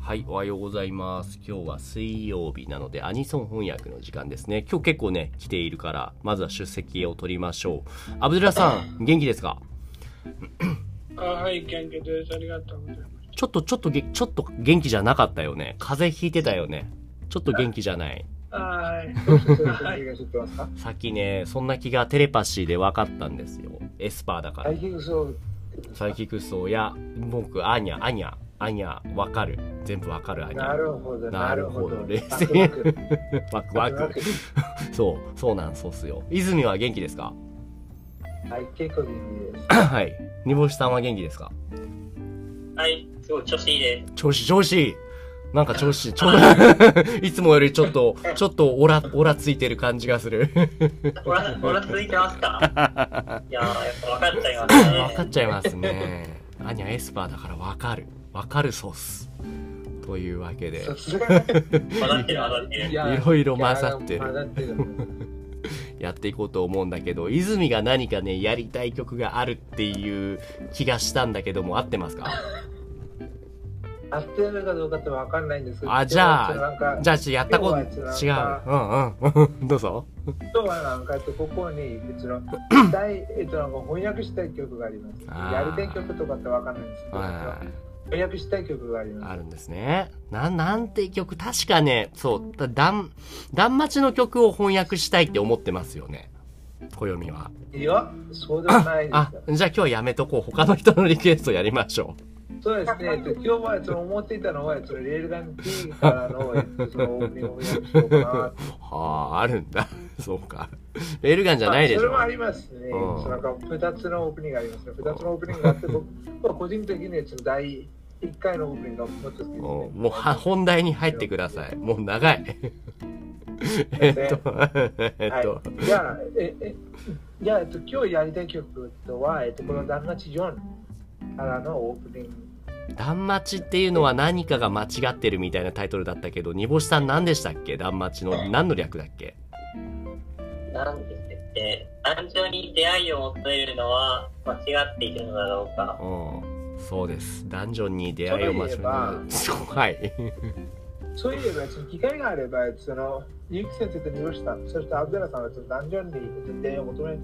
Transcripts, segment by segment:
はい、おはようございます。今日は水曜日なのでアニソン翻訳の時間ですね。今日結構ね、来ているから、まずは出席を取りましょう。アブドゥラさん、元気ですかあはい、元気です。ありがとうございます。ちょっと、ちょっとげ、ちょっと元気じゃなかったよね。風邪ひいてたよね。ちょっと元気じゃない。あはい。何が知ってますかさっきね、そんな気がテレパシーで分かったんですよ。エスパーだから大。金そうサイキクソウや、僕、アーニャ、アーニャ、アーニャ、わかる。全部わかる、アーニャ。なるほどななるるほほどど冷ワ静クワクワクワワクワクク。そう、そうなんそうっすよ。泉は元気です かはい結構元気ですはい。煮干しさんは元気ですかはい、すごい調子いいで調子、調子いいなんか調子、ちょ いつもよりちょっと、ちょっとオラ、オラついてる感じがする。 す。ほら、ほら続いてますかいやー、やっぱ分かっちゃいま わかすっね。ちゃいますね。アニャエスパーだからわかる。わかるそうっす。というわけでさ、すが分かってる、分かっている。や いろいろ混ざってるいや混ざってるやっていこうと思うんだけど、泉が何かね、やりたい曲があるっていう気がしたんだけども、合ってますか 合ってるかどうかってわかんないんですけどあ、じゃ今日はちょっとなんあ、かじゃあ、やったこと、違う今日は。うんうん。 どうぞ。今日はなんかえっとここに別の大えっとなんか翻訳したい曲がありますあーやりたい曲とかってわかんないんですけどはい。翻訳したい曲がありますあるんですね。なん、なんて曲、確かね、そう、だ、だん、断末の曲を翻訳したいって思ってますよね。暦は。いやそうでもないですあよ、じゃあ今日はやめとこう。他の人のリクエストやりましょそうですね、えっと今日はその思っていたのは、そのレールガン T からのえっとそのオープニングをやるしようかなう。はあ、あるんだ。 そうか。レールガンじゃないでしそれょも。ありますね、うんそのなんか2つのオープニングがありますね、2つのオープニングがあって、僕は個人的にその第1回のオープニングがもっと好きですもうね。もうは、本題に入ってください。もう長い。せ えんっと、えっと、はい、じゃあ、ええじゃあ、えっと、今日やりたい曲とは、えっと、このダンガチ4からのオープニング。断末っていうのは何かが間違ってるみたいなタイトルだったけど、煮干しさん何でしたっけ断末の、何の略だっけなんて言って、単純に出会いを求めるのは間違っているのだろうか。うん、そうです。ダンジョンに出会いを待ちましょう。はい。そういえば、その機会があれば、その、ゆき先生と見ました。そして、アブデラさんは、その、ダンジョンに、出会いを求める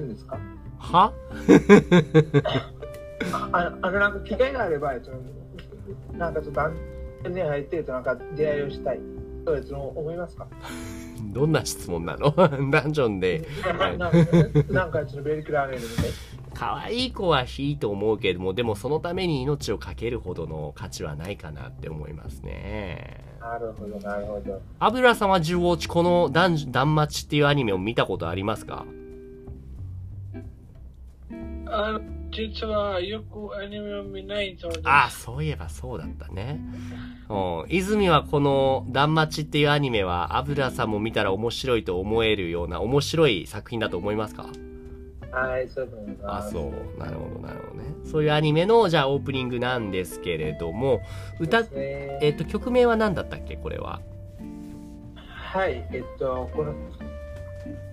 んですかはああの、なんか、機会があれば、その、なんか、ちょっと、ダンジョンに入って、そのなんか、出会いをしたい。そうです、その思いますかどんな質問なの ダンジョンで、なはいなんか、なんか、その、ベリクラーメンで、可愛い子はいいと思うけども、でもそのために命を懸けるほどの価値はないかなって思いますね。なるほど、なるほど。アブラさんは十王地、このダンジ、ダンマチっていうアニメを見たことありますかあの実はよくアニメを見ないそうです。ああ、そういえばそうだったね。うん、泉はこの「ダンマチ」っていうアニメはアブラさんも見たら面白いと思えるような面白い作品だと思いますかはい、そうだと思いまあす。そうなるほどなるほどねそういうアニメのじゃあオープニングなんですけれども歌そうですねえっと曲名は何だったっけこれははい、えっと、この、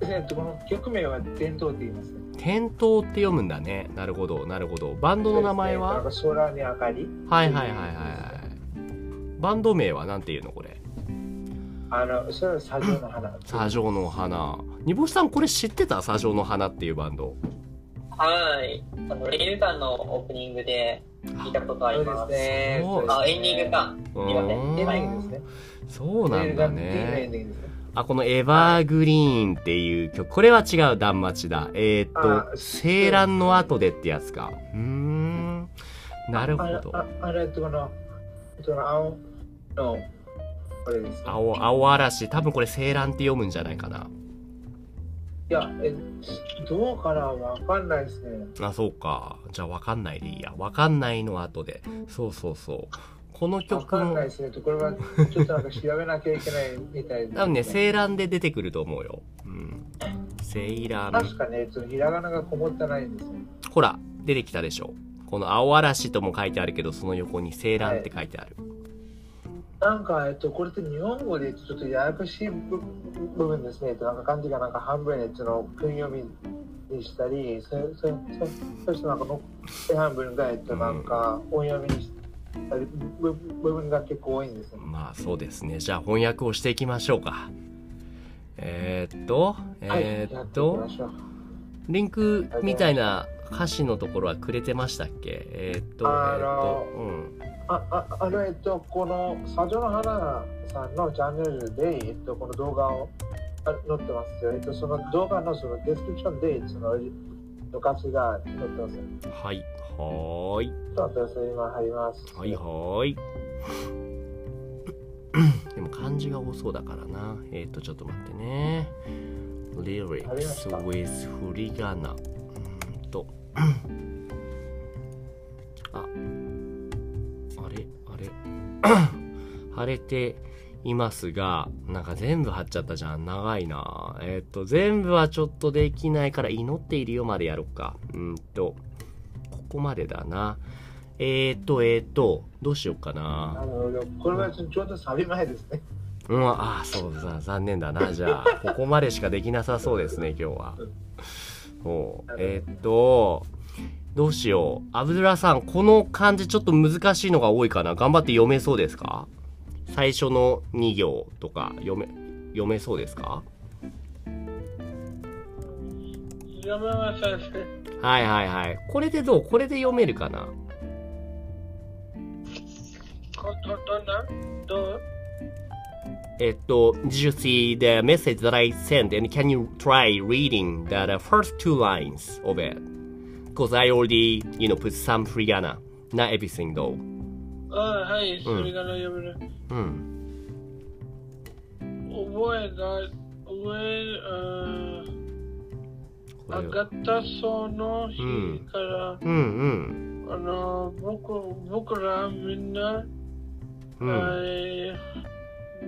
えっと、この曲名は伝統って言いますね。 「点灯」って読むんだねなるほどなるほどバンドの名前なんはか空に明かり。はいはいはいはいはいバンド名は何て言うのこれあの、それは砂上の花。 「砂上の花」煮干しさんこれ知ってた砂上の花っていうバンドはい。あの、レールガンのオープニングで聞いたことありそうですます。ね。そうですねあ、エンディングか。うすいません。ーんエンディングですね。そうなんだエンねディングですね。あこの「エバーグリーン」っていう曲これは違う断末だえー、っあと「青蘭の後で」ってやつかうーんなるほどあああれとこの、その青の、これです、ね。青青嵐多分これ「青蘭」って読むんじゃないかないや、え、どうかなわかんないですね。あそうかじゃあ分かんないでいいや分かんないの後でそうそうそうこのわ曲かんもないですね。これは、ちょっとなんか調べなきゃいけないみたいです、多分ね「青蘭」で出てくると思うようん「青蘭確かね、そのひらがながこもってないんですね。」ほら出てきたでしょこの「青嵐」とも書いてあるけどその横に「青蘭」って書いてあるなんか、えっと、これって日本語でちょっとややこしい部部分ですね。えっと、なんか漢字がなんか半分で、その、訓読みにしたり、そそそそしてなんかもう、半分が、えっと、なんか音読みにし部部分が結構多いんですね。まあそうですね。じゃあ翻訳をしていきましょうか。えーっと、えーっと、はいやていきましょうリンクみたいな歌詞のところはくれてましたっけえーっと、えあーっとの、うん。あああのえっとこの「サジョの花」さんのチャンネルで、えっと、この動画をあ載ってますよ、えっと、その動画のそのデスクリプションでそのの歌詞が載ってますよはい。はーい。ちょっと待ってください今入りますはいはーい。でも漢字が多そうだからな。えーっと、ちょっと待ってね。ありま lyrics した with 振り仮名。うーんと。あ、あれあれ晴れていますが、なんか全部貼っちゃったじゃん。長いな。えーっと、全部はちょっとできないから、祈っているよまでやろうか。うーんと、ここまでだな。えーっと、えーっと、どうしようかな。あのこれはちょうどサビ前ですねうん、ああ、そうだ、残念だな。じゃあ、ここまでしかできなさそうですね、今日は。そう。えーっと、どうしよう。アブドゥラさん、この漢字ちょっと難しいのが多いかな。頑張って読めそうですか最初の2行とか読め、読めそうですか読めませんし、はいはいはい。これでどうこれで読めるかなこどどんなどうえっと、Did you see the message that I sent and can you try reading the the first two lines of it? Because I already, you know, put some frigana. Not everything though. あはい、それから読める。うん。覚えが、覚え、うんこれ上がったその日から、うんあの、僕僕らみんな、うん。うん。えー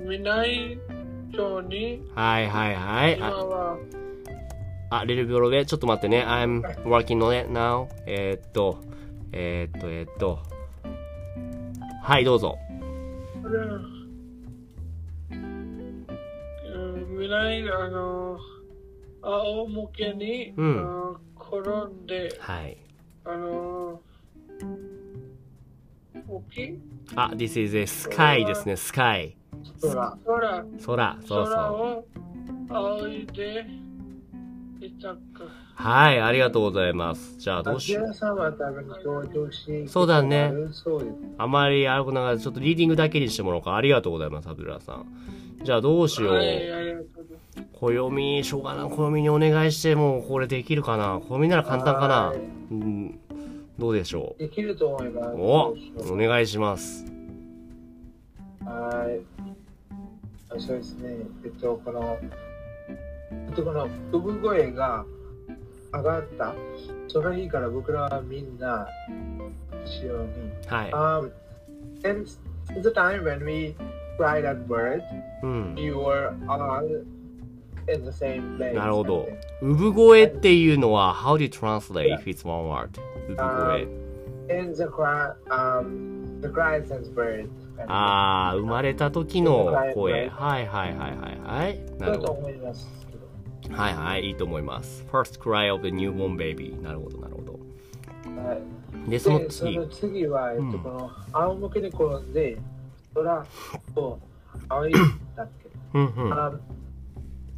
見ないように、はいはいはい。今あ、は、あ、レルビョロで、ちょっと待ってね。I'm working on it now. えっと、えっと、えっと。はい、どうぞ。これうん見ない、あの、仰向けに、うんあの転んで、はい。あの、起きあ、This is a sky ですね。sky。空空、空。そうそう空。を仰いでいたか。はい、ありがとうございます。じゃあどアうしジよう。アさんは多分今日調子そうだねそうですあまりあれながちょっとリーディングだけにしてもらおうか。ありがとうございます、アブドゥラさん。じゃあどうしよはい、う。ありがとうござい暦、しょうがない。暦にお願いしてもこれできるかな。暦なら簡単かなは。うん、どうでしょできると思いますう。おお願いします。はい。あそうですね。えっと、この、えっと、この、産声が上がった、その日から僕らはみんな、しように。はい。 Um, and it's the time when we cried at birth, うん。 you were all in the same place. なるほど。産声っていうのは、how do you translate if it's one word? 産声。 In the cry, um, the cry since birth. あー、生まれた時の声。はいはいはいはいはい。なだるほとど。思いますけど。はいはい、いいと思います。First cry of the newborn baby。なるほど、なるほど。はいで、でその次そ。の次は、えっとうんこの仰向けに転んで空と仰いだっけ、うんうん。は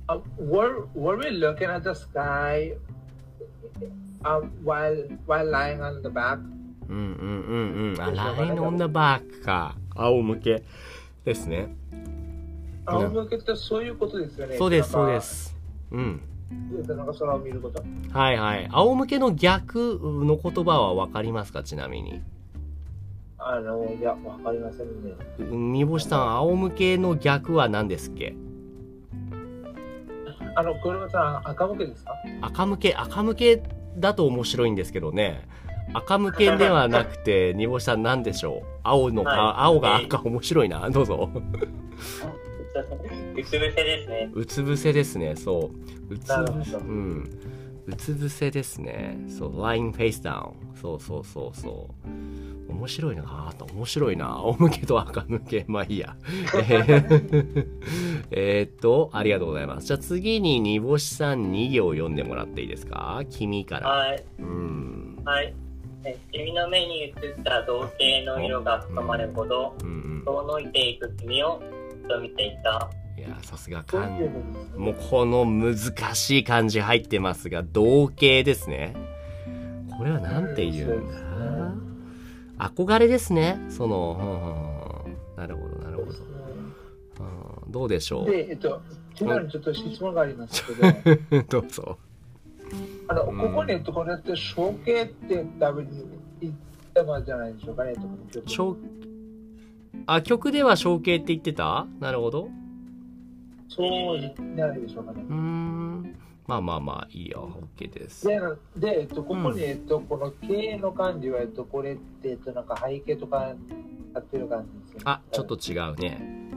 um, uh, were, were we looking at the sky um, while, while lying on the back? うんうんうんうん。あ、lying on the back か。仰向けですね。仰向けってそういうことですよね。そうです、なそんうかです。うん。なんか空を見ること。はいはい。仰向けの逆の言葉はわかりますかちなみに。あの、いや、わかりませんね。う三星さん、仰向けの逆は何ですっけあの、これはさ、赤向けですか赤向け、赤向けだと面白いんですけどね。赤向けではなくて、二星さん何でしょう青のはいか、青が赤面白いな。どうぞ。うつ伏せですね。うつ伏せですね、そう。うつなるぶほどうん。うつ伏せですね。そう、ラインフェイスダウン。そうそうそうそう。面白いなぁ。面白いなぁ。仰向けと赤向け。まあいいや。 えーえーっと、ありがとうございます。じゃあ次に煮干しさん2行読んでもらっていいですか君から。はい。うん。はい。え君の目に映った同型の色が深まるほど、うんうん遠のいていく君をずっと見ていた。いやさすがどういう意漢味ですかもうこの難しい漢字入ってますが同型ですねこれはなんて言うんだ憧れですねそのうんうんうんなるほどなるそほうですど、ねうん、どうでしょで、えっと、昨日にちょっと質問がありますけど、 うどうぞあの、うんここに、えっと、これって、象形ってダメに言ったのじゃないでしょうかね、えっと、この曲小あ曲では小形って言ってたなるほどそうじゃないでしょうかね。うーんまあまあまあいいよ OK ですで、でえっと、ここうんに、えっと、この形の漢字は、えっと、これって、えっと、なんか背景とかやってる感じですよね。あちょっと違うね、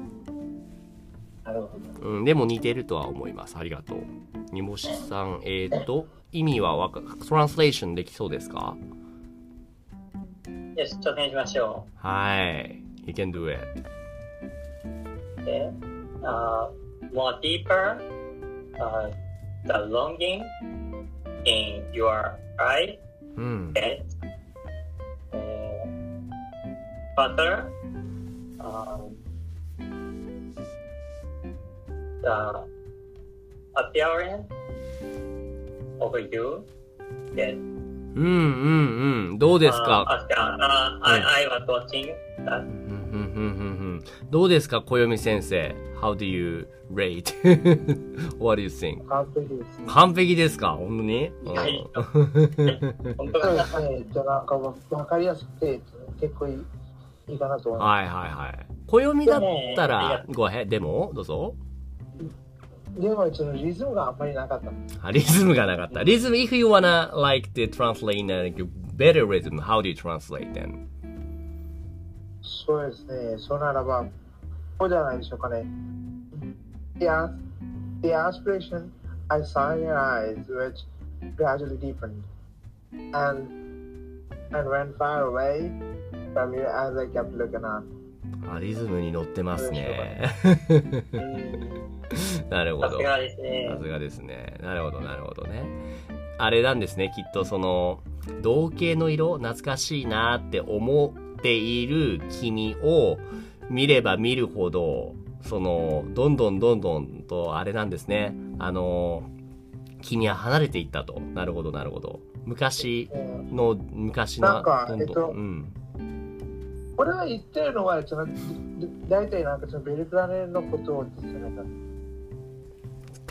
なるほど。うん、でも似てるとは思いますありがとう煮干しさんえっ、ー、と意味はわかトランスレーションできそうですかよし、挑戦しましょはい。You can do it. う。で、uh, more deeper, uh, the longing in your eyes うん。 that uh, further um, the appearance of you that うんうんうん。どうですか uh, as, uh, I, I was watching うんうんうんう that んうんどうですか小読先生 ?How do you rate? What do you think? 完璧ですね。完璧ですか本当にうんはい本当そうでだすね。えっと、なんかわわかりやすくて、えっと結構いいいいかなと思いま はいはいはい。小読みだったらで、ごへん、でもどうぞ。す。でも、そのリズムがあんまりなかったんです。あリズムがなかった。リズム、if you wanna like to translate in a better rhythm, how do you translate then? そうですね。そうならば、こうじゃないでしょうかね。The, as- the aspiration I saw in your eyes, which gradually deepened, and, and went far away from you as I kept looking up. あリズムに乗ってますね。 なるほさどす。がですねさすがですね。なるほど、なるほどね。あれなんですね、きっとその、同型の色、懐かしいなって思っている君を見れば見るほど、その、どんどんどんどんと、あれなんですね、あの、君は離れていったと。なるほど、なるほど。昔うんの、昔の、なんかどんえっどとん、うん。これは言ってるのは、その大体なんかそのベルクラネのことですよね。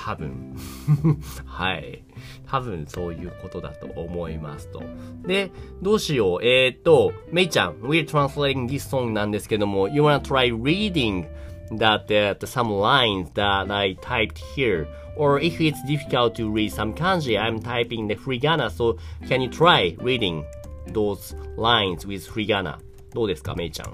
多分 はい多分そういうことだと思いますとでどうしようえー、っとメイちゃん We're translating this song なんですけども You wanna try reading that、uh, some lines that I typed here or if it's difficult to read some kanji I'm typing the hiragana so can you try reading those lines with hiragana どうですかメイちゃん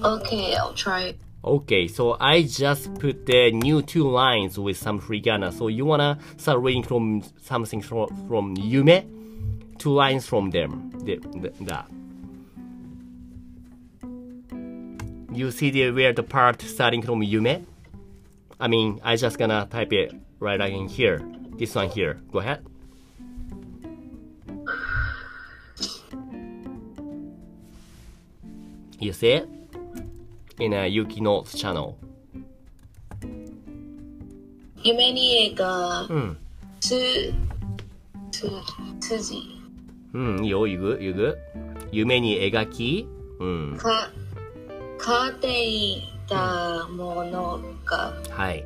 Okay, I'll try. Okay, so I just put the new two lines with some hiragana. So you wanna start reading from something from from Yume, two lines from them. The, the, that. You see the where the part starting from Yume. I mean, I just gonna type it right again here. This one here. Go ahead. いいですね。in a Yuki Notes channel. 夢に絵がうん。つ、つ、筋うん、いいよ、ゆぐ、ゆぐ。夢に描き、うん。か、かていたものがはい。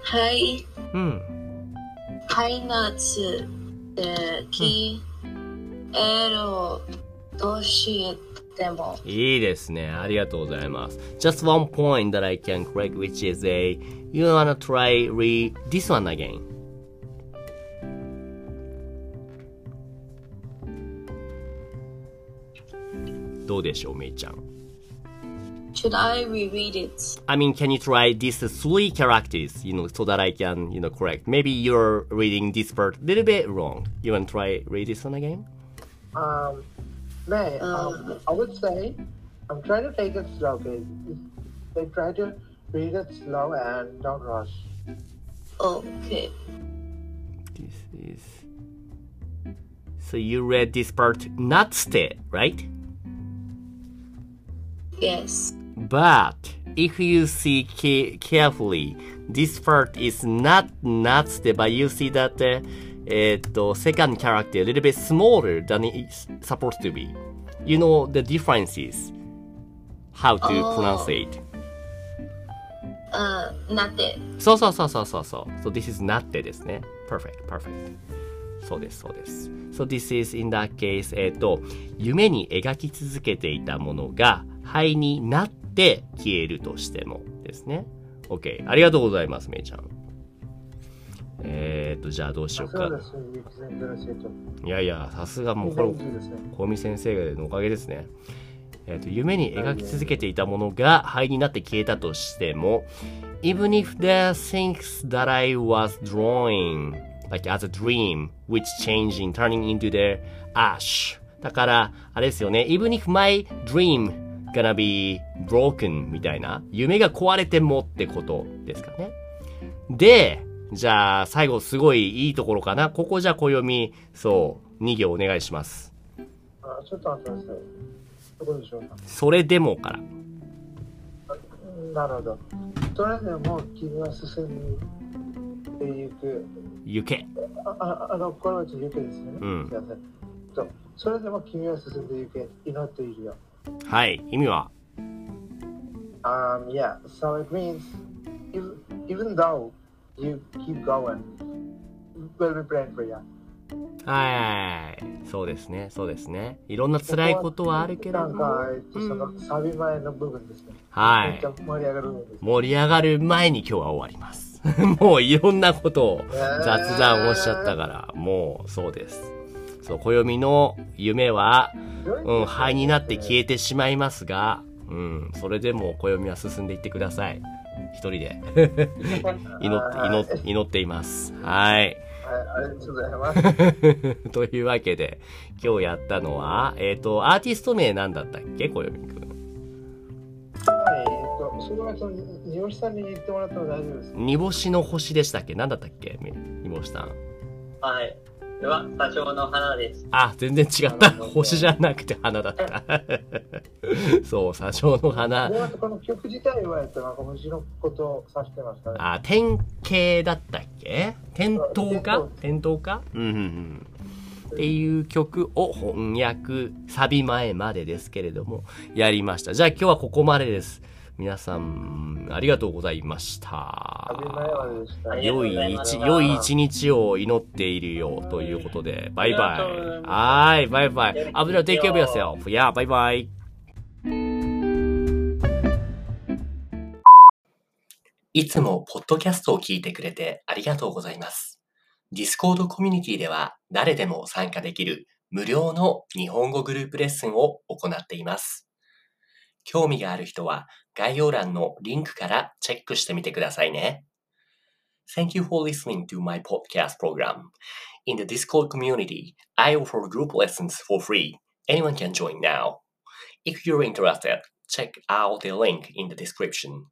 はい、うん。はいなつでき、えろ、どうしても。いいですね。ありがとうございます。Just one point that I can correct, which is a, you wanna try re, this one again. do Should I reread it? I mean, can you try these three characters, you know, so that I can, you know, correct? Maybe you're reading this part a little bit wrong. You want to try read this one again? Um, man, um, I would say I'm trying to take it slow. Okay? They try to read it slow and don't rush. Okay. This is So you read this part natsutte, right? Yes. But if you see ca- carefully, this part is not natsutte, but you see that uh, えっと second character a little bit smaller than it's supposed to be. You know the differences. How to あー pronounce it. Uh, nate. そうそうそうそうそうそう。So this is not でですね。Perfect, perfect. そうです、そうです。So this is in that case, えっ、と、夢に描き続けていたものが灰になって消えるとしてもですね。OK。ありがとうございます、めいちゃん。えっ、と、じゃあどうしようそうでか。すね、リプゼントの生徒。いやいや、さすがもうこれリベ、ンジですね。小見先生のおかげですね。えっと夢に描き続けていたものが灰になって消えたとしても、Even if the things that I was drawing, like as a dream, which changing, turning into the ash. だから、あれですよね。Even if my dream gonna be broken みたいな。夢が壊れてもってことですかね。で、じゃあ、最後すごいいいところかな。ここじゃあ暦、そう、2行お願いします。あちょっと待ってください。どこでしょうか。それでもから。Uh, なるほど。それでも君は進んでいく。行け。あああの、これはちょっと行くですね。うんすいません。そうそれでも君は進んでいく。祈っているよ。はい。意味は Um, yeah, so it means even, even though you keep going, we'll be praying for you. はい。そうですね。そうですね。いろんな辛いことはあるけれどなんかも。、えっと、そのサビ前の部分ですね。はいめっちゃ盛り上がる部分です。盛り上がる前に今日は終わります。 もういろんなことを雑談をしちゃったから、もうそうです。そう、暦の夢は、うん、灰になって消えてしまいますが、うん、それでも暦は進んでいってください。一人で 祈って祈って祈っています。はい。はい、ありがとうございます。 というわけで、今日やったのは、えっ、と、アーティスト名なんだったっけ、小読みくん。はい、えっと、それはちょっと、三好さんに言ってもらっても大丈夫ですか煮干しの星でしたっけなんだったっけみ煮干しさん。はい。では、砂上の花です。あ、全然違った。星じゃなくて花だった。 そう、砂掌の花。で、あとこの曲自体は、えっと、なんか虫のことを指してましたね。あ、天形だったっけ天灯か天灯かうんうんうん。っていう曲を翻訳、サビ前までですけれども、やりました。じゃあ今日はここまでです。皆さん、ありがとうございました。サビ前まででした。はい良い一、良い一日を祈っているよということで、バイバありがとうございイ。ますはーい、バイバイ。危ない、take care of yourself. Yeah, bye bye. いつもポッドキャストを聞いてくれてありがとうございます。Discord コミュニティでは誰でも参加できる無料の日本語グループレッスンを行っています。興味がある人は概要欄のリンクからチェックしてみてくださいね。Thank you for listening to my podcast program. In the Discord community, I offer group lessons for free. Anyone can join now. If you're interested, check out the link in the description.